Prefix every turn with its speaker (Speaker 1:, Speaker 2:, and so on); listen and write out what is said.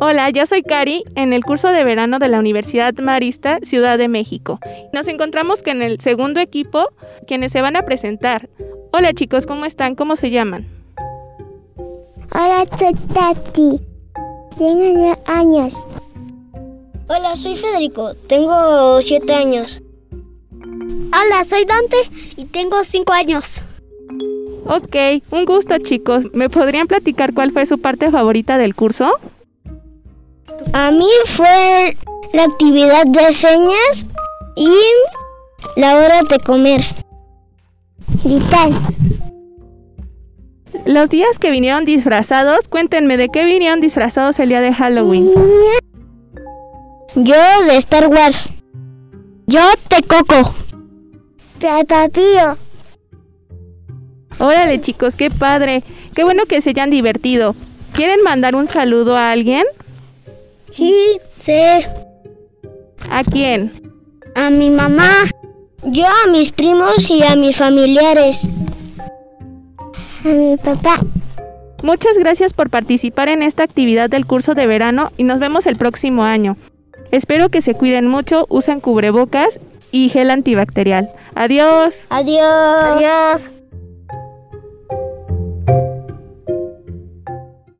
Speaker 1: Hola, yo soy Cari en el curso de verano de la Universidad Marista Ciudad de México. Nos encontramos con el segundo equipo quienes se van a presentar. Hola chicos, ¿cómo están? ¿Cómo se llaman?
Speaker 2: Hola, soy Tati. Tengo 10 años.
Speaker 3: Hola, soy Federico. Tengo 7 años.
Speaker 4: Hola, soy Dante y tengo 5 años.
Speaker 1: Ok, un gusto chicos. ¿Me podrían platicar cuál fue su parte favorita del curso?
Speaker 3: A mí fue la actividad de señas y la hora de comer.
Speaker 2: Gritar.
Speaker 1: Los días que vinieron disfrazados, cuéntenme de qué vinieron disfrazados el día de Halloween.
Speaker 3: Yo de Star Wars. Yo de Coco.
Speaker 2: Patapío.
Speaker 1: Órale chicos, qué padre. Qué bueno que se hayan divertido. ¿Quieren mandar un saludo a alguien?
Speaker 3: Sí, sí.
Speaker 1: ¿A quién?
Speaker 4: A mi mamá.
Speaker 3: Yo a mis primos y a mis familiares.
Speaker 2: A mi papá.
Speaker 1: Muchas gracias por participar en esta actividad del curso de verano y nos vemos el próximo año. Espero que se cuiden mucho, usen cubrebocas y gel antibacterial. Adiós.
Speaker 3: Adiós.
Speaker 4: Adiós.